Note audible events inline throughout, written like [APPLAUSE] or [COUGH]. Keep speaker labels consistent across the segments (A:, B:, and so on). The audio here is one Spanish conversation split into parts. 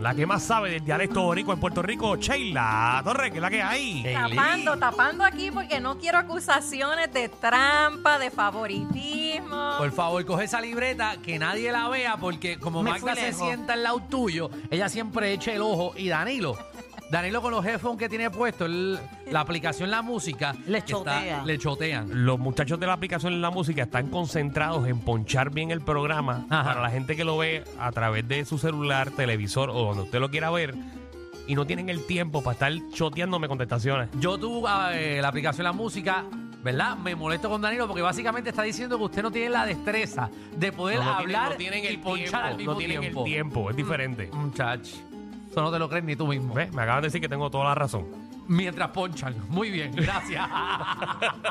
A: la que más sabe del dialecto boricua en Puerto Rico, Sheila Torres, que es la que hay.
B: Eh.
C: Tapando, tapando aquí porque no quiero acusaciones de trampa, de favoritismo.
B: Por favor, coge esa libreta que nadie la vea porque como
C: Me
B: Magda
C: fui
B: se
C: lejos.
B: sienta al lado tuyo, ella siempre echa el ojo y Danilo. Danilo con los headphones que tiene puesto, el- la aplicación La Música,
C: [LAUGHS] Le
B: que está-
C: chotea.
B: le chotean.
A: Los muchachos de la aplicación de la música están concentrados en ponchar bien el programa
B: Ajá.
A: para la gente que lo ve a través de su celular, televisor o donde usted lo quiera ver. Y no tienen el tiempo para estar choteándome contestaciones.
B: Yo tuve eh, la aplicación La Música, ¿verdad? Me molesto con Danilo porque básicamente está diciendo que usted no tiene la destreza de poder
A: No, no tienen-
B: hablar
A: no tienen
B: y
A: el
B: ponchar
A: tiempo,
B: al mismo
A: no tienen
B: tiempo. Mm.
A: el tiempo, es diferente.
B: Muchach, eso no te lo crees ni tú mismo.
A: ¿Ves? Me acaban de decir que tengo toda la razón.
B: Mientras ponchan. Muy bien, gracias.
A: [LAUGHS]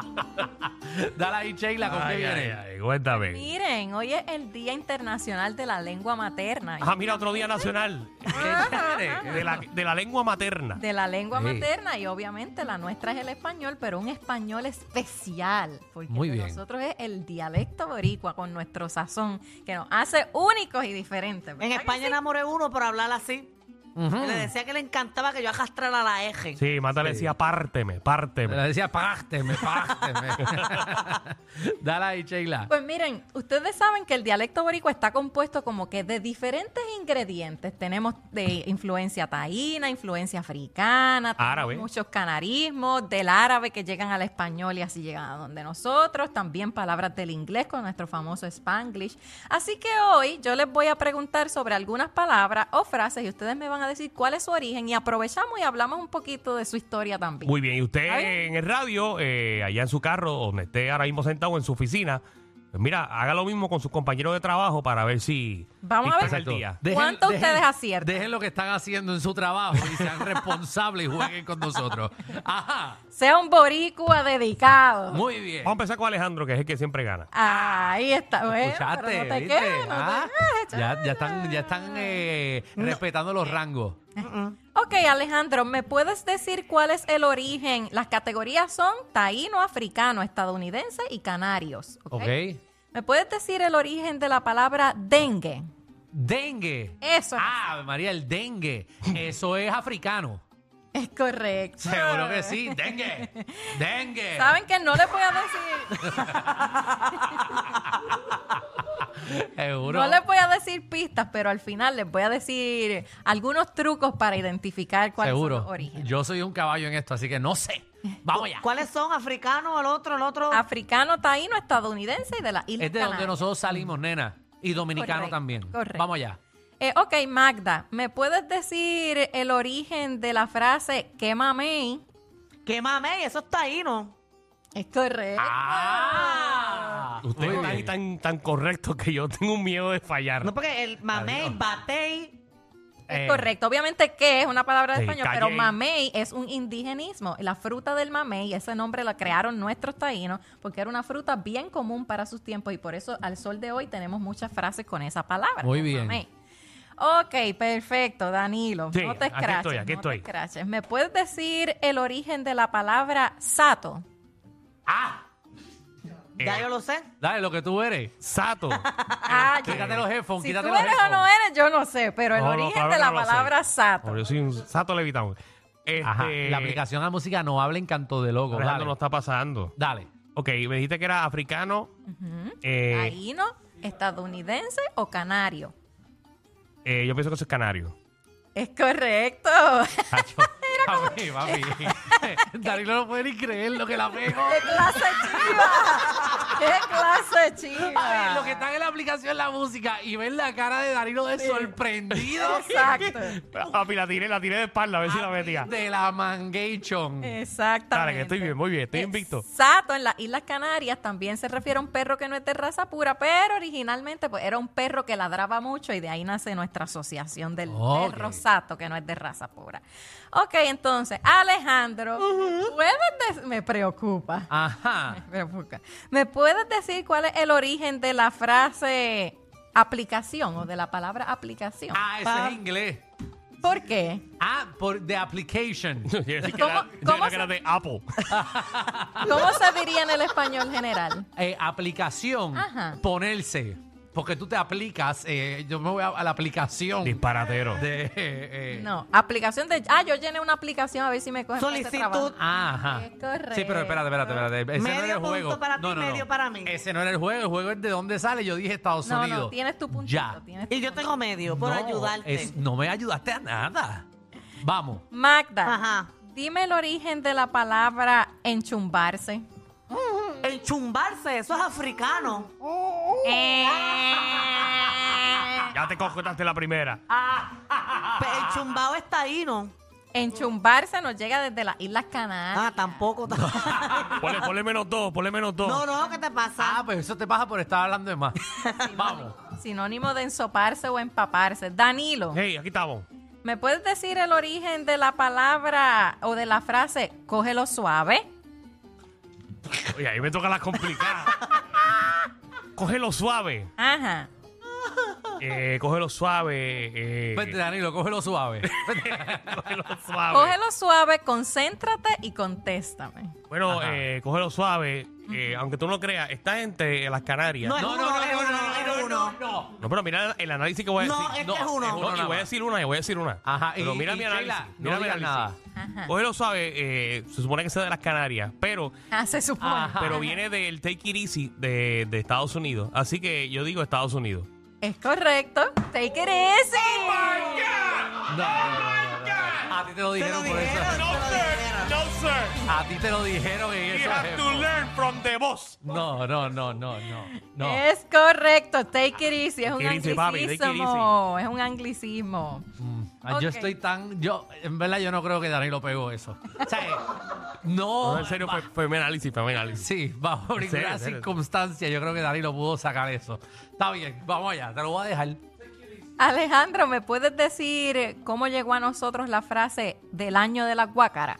B: Dale ahí, Sheila, ¿con qué
A: Ay,
B: viene?
A: ay, ay, cuéntame.
C: Miren, hoy es el Día Internacional de la Lengua Materna.
A: Ah, mira, otro día nacional.
B: De
A: de la, de la lengua materna.
C: De la lengua
B: Sí.
C: materna y obviamente la nuestra es el español, pero un español especial, porque
B: Muy
C: de
B: bien.
C: nosotros es el dialecto boricua con nuestro sazón que nos hace únicos y diferentes. ¿verdad
D: En
C: que
D: España
C: sí?
D: enamoré uno por hablar así.
B: Ujú.
D: Le decía que le encantaba que yo arrastrara la E eje.
A: Sí, Mata le
B: Mm. Sí.
A: decía, párteme, párteme.
B: Le decía, pásteme,
A: [LAUGHS]
B: pásteme. Dale ahí, Sheila.
C: Pues miren, ustedes saben que el dialecto boricua está compuesto como que de diferentes ingredientes. Tenemos de influencia taína, influencia africana, tenemos
A: Árabe.
C: muchos canarismos, del árabe que llegan al español y así llegan a donde nosotros, también palabras del inglés con nuestro famoso spanglish. Así que hoy yo les voy a preguntar sobre algunas palabras o frases y ustedes me van a decir cuál es su origen y aprovechamos y hablamos un poquito de su historia también.
A: Muy bien, y usted
C: ¿Está bien?
A: en el radio, eh, allá en su carro, donde esté ahora mismo sentado en su oficina, pues mira, haga lo mismo con sus compañeros de trabajo para ver si
C: Vamos
A: si
C: a ver.
A: pasa el día.
B: Dejen-
C: Pues, ¿Cuánto
B: dejen-
C: ustedes aciertan?
B: Dejen lo que están haciendo en su trabajo y
C: [LAUGHS]
B: sean responsables y jueguen con nosotros. Ajá,
C: Sea un boricua dedicado.
B: muy bien.
A: Vamos a empezar con Alejandro, que es el que siempre gana.
C: Ahí está, bueno,
B: Escuchaste,
C: pero no te
B: ¿viste?
C: quejes, no te
B: Ah,
C: quejes,
B: ya,
C: chaval.
B: ya están, ya están eh, respetando los rangos.
C: Ok, Alejandro, ¿me puedes decir cuál es el origen? Las categorías son taíno, africano, estadounidense y canarios. ¿ok?
B: ¿Ok?
C: ¿Me puedes decir el origen de la palabra dengue?
B: Dengue.
C: Eso es,
B: Ah, María, el dengue. Eso es
C: [LAUGHS]
B: africano.
C: es correcto.
B: Seguro que sí. Dengue. Dengue.
C: ¿Saben que no les voy a decir,
B: Seguro.
C: no les voy a decir pistas, pero al final les voy a decir algunos trucos para identificar cuál es
B: Seguro.
C: el origen?
B: Yo soy un caballo en esto, así que no sé. Vamos ya.
D: ¿Cuáles son? ¿Africanos? ¿El otro? ¿El otro?
C: Africano, taíno, estadounidense y de las
B: Este
C: Islas
B: Es de donde
C: Canarias.
B: nosotros salimos, nena. Y dominicano
C: Correcto,
B: también.
C: correcto.
B: Vamos allá.
C: Eh, ok, Magda, ¿me puedes decir el origen de la frase quémame?
D: ¿Qué mamey? Eso está ahí, ¿no?
C: Es correcto.
B: Ah.
A: Usted
B: Muy
A: está ahí
B: bien.
A: tan, tan correcto que yo tengo un miedo de fallar.
D: No, porque el mamey,
B: Adiós.
D: batey.
C: Es
B: Eh,
C: correcto. Obviamente que es una palabra de
A: sí,
C: español,
A: calle.
C: pero mamey es un indigenismo. La fruta del mamey, ese nombre la crearon nuestros taínos porque era una fruta bien común para sus tiempos y por eso al sol de hoy tenemos muchas frases con esa palabra.
B: Muy
C: con
B: bien.
C: mamey. Ok, perfecto, Danilo.
A: Sí,
C: no te
A: aquí
C: escraches.
A: estoy, aquí
C: no te
A: estoy.
C: escraches. ¿Me puedes decir el origen de la palabra sato?
B: Ah.
D: Ya
A: Eh,
D: yo lo sé.
B: Dale, lo que tú eres.
A: Sato.
C: Ah, yo-
B: Quítate los headphones,
C: Si tú
B: quítate los
C: eres o
B: headphones.
C: no eres, yo no sé, pero el
A: No, no,
C: origen
A: claro
C: de
A: que
C: la
A: no lo sé.
C: palabra sato.
A: No, yo soy un Sato levitado. Este,
B: Ajá. La aplicación a música no habla en canto de loco.
A: Alejandro
B: Dale.
A: no está pasando.
C: [LAUGHS]
B: Dale.
A: Ok, me dijiste que era africano. eh,
C: Taíno, estadounidense o canario.
A: eh,
C: [LAUGHS]
A: yo pienso que eso es canario.
C: Es correcto.
A: [LAUGHS]
C: [LAUGHS]
B: Papi, papi. Danilo no puede ni creer lo que la pegó.
C: ¡Qué clase chiva! [LAUGHS] ¡Qué clase chiva!
B: Ay, Lo que está en la aplicación la música y ver la cara de Danilo de
C: [LAUGHS]
B: sorprendido
C: Exacto.
A: Papi, la tiré, la tiré de espalda, a ver si la metía.
B: de la mangation.
C: Eh, Exactamente.
A: Dale, que estoy bien, muy bien, estoy invicto.
C: Exacto, en las Islas Canarias también se refiere a un perro que no es de raza pura, pero originalmente pues, era un perro que ladraba mucho y de ahí nace nuestra asociación del
B: Ok.
C: perro sato, que no es de raza pura. Ok, entonces, Alejandro, ¿puedes dec- me preocupa.
B: Ajá.
C: Me preocupa. ¿Me puedes decir cuál es el origen de la frase aplicación o de la palabra aplicación?
B: Ah, eso es inglés.
C: ¿Por qué?
B: Ah, por the application.
A: Quiere decir que
C: ¿Cómo-
A: era- yo
C: cómo
A: creo que era de
C: [LAUGHS]
A: Apple.
C: ¿Cómo se diría en el español general?
B: Eh, aplicación,
C: Ajá.
B: ponerse. Porque tú te aplicas, eh, yo me voy a, a la aplicación
A: Disparatero.
B: de... eh, eh.
C: No, aplicación de... Ah, yo llené una aplicación a ver si me cogen para este
D: Solicitud.
C: trabajo.
B: Ajá.
C: Es correcto.
B: Sí, pero espérate, espérate, espérate. Ese no
D: Medio
B: era el
D: punto
B: juego.
D: para ti,
B: no, no, no.
D: medio para mí.
B: Ese no era el juego. El juego es de dónde sale. Yo dije Estados
C: No,
B: Unidos.
C: no, tienes tu puntito.
B: Ya.
C: tienes tu
D: Y yo
C: punto.
D: tengo medio por
B: No,
D: ayudarte.
B: es- no me ayudaste a nada. Vamos.
C: Magda,
D: Ajá.
C: dime el origen de la palabra enchumbarse.
D: Enchumbarse, eso es africano. Oh.
A: Ya te contaste la primera.
C: Ah.
D: Pe- El chumbao es taíno.
C: Enchumbarse nos llega desde las Islas Canarias.
D: Ah, tampoco.
A: Ponle, ponle menos dos, ponle menos dos.
D: [LAUGHS] no, no, ¿qué te pasa?
B: Ah, pues eso te pasa por estar hablando
C: [LAUGHS]
B: de más. Vamos.
C: Sinónimo de ensoparse o empaparse. Danilo,
A: Hey, aquí estamos.
C: ¿me puedes decir el origen de la palabra o de la frase cógelo suave?
A: Oye, ahí me toca la
C: [LAUGHS]
A: complicada. cógelo suave.
C: Ajá.
A: Eh, cógelo suave. Eh,
B: Vente, Danilo, cógelo
D: [LAUGHS]
B: suave.
A: cógelo suave.
C: Cógelo suave, concéntrate y contéstame.
A: Bueno,
B: Ajá.
A: eh, cógelo suave. eh, aunque tú no lo creas, esta gente en las Canarias.
D: No, uno, es uno, es uno.
B: no.
A: No, pero mira el análisis que voy a
D: No,
A: decir.
D: este es uno.
A: No, y
B: nada
A: voy a
B: más.
A: decir una, y voy a decir una.
B: Ajá,
A: Pero
B: y-
A: mira
B: y
A: mi
B: Sheila,
A: análisis.
B: no
A: mira mi
B: digas
A: análisis.
C: Ajá.
A: Cógelo suave. eh, se supone que sea de las Canarias, pero,
C: Ah, se supone.
B: Ajá.
A: pero viene del Take It Easy de, de Estados Unidos. Así que yo digo Estados Unidos.
C: Es correcto. Take it easy.
B: No, no, no, no, no. A ti te lo dijeron por eso.
D: dijeron. No, sir.
A: no, sir.
B: A ti te lo dijeron en eso.
A: learn from the boss.
B: No, no, no, no, no. no.
D: Eh,
C: Es correcto. Take it easy. Es un
A: Take it easy, papi, take it
C: anglicismo. Es un anglicismo.
B: Ah, Yo
C: Ok.
B: estoy tan. Yo, en verdad, yo no creo que Danilo pegó eso. O sea, eh, no.
A: [LAUGHS] No, en serio, fue, fue mi análisis, fue mi análisis.
B: Sí, bajo
A: En serio,
B: ninguna
A: en serio.
B: circunstancia, yo creo que Danilo pudo sacar eso. Está bien, vamos allá, te lo voy a dejar.
C: Alejandro, ¿me puedes decir cómo llegó a nosotros la frase del año de la guácara?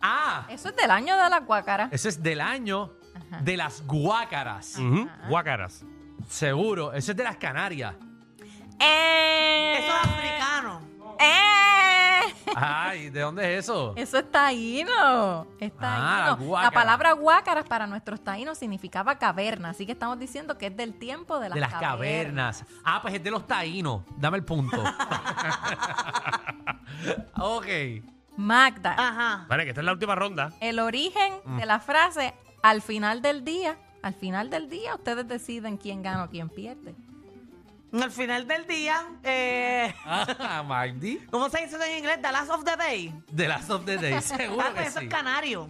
B: Ah,
C: Eso es del año de la guácara.
B: eso es del año de las guácaras.
D: Ah.
A: Ujú, Guácaras.
B: Seguro, eso es de las
D: [LAUGHS]
B: Canarias.
C: Eh,
D: Eso es africano.
C: eh.
B: Ay, ¿de dónde es eso?
C: Eso es taíno. Es
B: Ah,
C: taíno. la
B: guácara.
C: palabra guácaras para nuestros taínos significaba caverna. Así que estamos diciendo que es del tiempo de las,
B: de las cavernas. Ah, pues es de los taínos. Dame el punto. [LAUGHS] ok.
C: Magda.
D: Ajá.
A: Vale, que esta es la última ronda.
C: el origen
D: Mm.
C: de la frase al final del día. Al final del día ustedes deciden quién gana o quién pierde.
D: Al final del día, eh,
B: Ah, Magdi.
D: ¿cómo se dice eso en inglés? The last of the day.
B: De las of the day,
D: Ah,
B: seguro
D: pues
B: que
D: eso
B: sí.
D: es canario.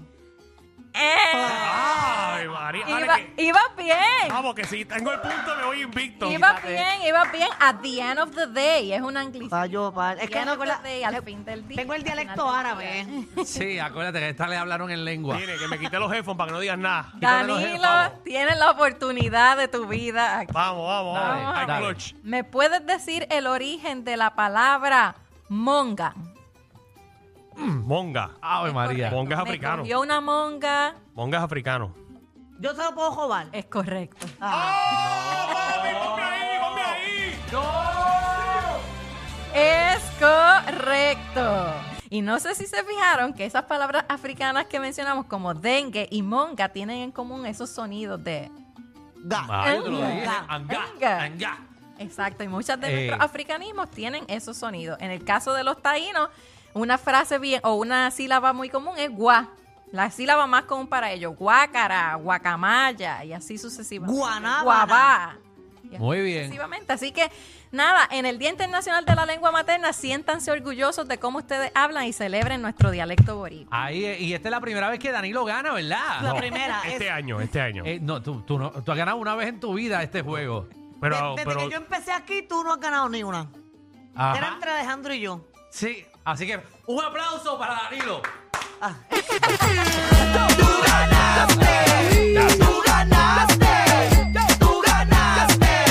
A: Eh, Ay, María. Vale,
C: Iba,
A: que-
C: iba bien,
A: vamos, que si tengo el punto, me voy invicto.
C: iba bien, iba bien. At the end of the day, es un anglicismo.
D: Pa' yo, pa-
C: At
D: Es
C: the
D: que
C: end of
D: recuerda-
C: the day, al fin del día.
D: tengo el
C: al final
D: dialecto
C: del día.
D: árabe. eh.
B: Sí, acuérdate que a esta le hablaron en lengua.
A: Tiene que me quité los headphones para que no digas nada.
B: Quítate los
C: Danilo,
B: headphones.
C: tienes la oportunidad de tu vida. aquí.
A: Vamos, vamos,
B: Dale,
A: vamos. Ay,
B: dale.
A: clutch.
C: ¿Me puedes decir el origen de la palabra monga?
A: Mm, Monga.
B: Ave María.
A: Monga es
C: Me
A: africano.
C: cogió una monga.
A: Monga es africano.
D: Yo se lo puedo robar.
C: Es correcto. Es correcto. Y no sé si se fijaron que esas palabras africanas que mencionamos como dengue y monga tienen en común esos sonidos de...
D: Ga.
B: Ah, yo te lo
C: Anga.
B: dije. Anga.
C: Anga.
B: Anga.
C: Exacto, y muchas de
B: Eh.
C: nuestros africanismos tienen esos sonidos. En el caso de los taínos, una frase bien o una sílaba muy común es guá. La sílaba más común para ellos, guácara, guacamaya y así sucesivamente.
D: Guanábana.
C: Guabá. y
B: Muy bien.
C: sucesivamente. Así que nada, en el Día Internacional de la Lengua Materna, siéntanse orgullosos de cómo ustedes hablan y celebren nuestro dialecto boricua.
B: Ahí, eh, y esta es la primera vez que Danilo gana, ¿verdad?
D: La
B: No.
D: primera. es-
A: Este año, este año.
B: Eh, no, tú, tú no, tú has ganado una vez en tu vida este juego.
D: de-
A: Pero,
D: desde
A: pero
D: que yo empecé aquí, tú no has ganado ni una.
B: Ajá.
D: Era entre Alejandro y yo.
B: Sí, así que un aplauso para Danilo.
D: Ah.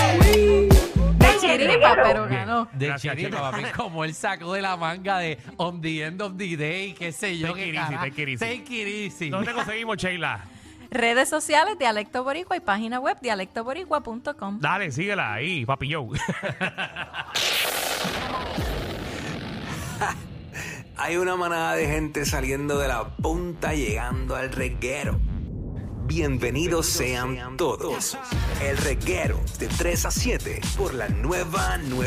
C: De chiripa, pero
A: Bien.
C: ganó.
B: De
A: Gracias,
B: Chiripa,
A: Chiripa.
B: papi, como él sacó de la manga de On the End of the Day, qué sé yo.
A: Take
B: qué
A: it easy,
B: cara-
A: take it easy.
B: Take it easy.
A: ¿dónde conseguimos, Sheila?
C: Redes sociales, Dialecto Boricua y página web dialectoboricua.com.
A: Dale, síguela ahí, papi yo.
E: Hay una manada de gente saliendo de la punta llegando al reguero. Bienvenidos sean todos. El reguero de 3 a 7 por la nueva nueva.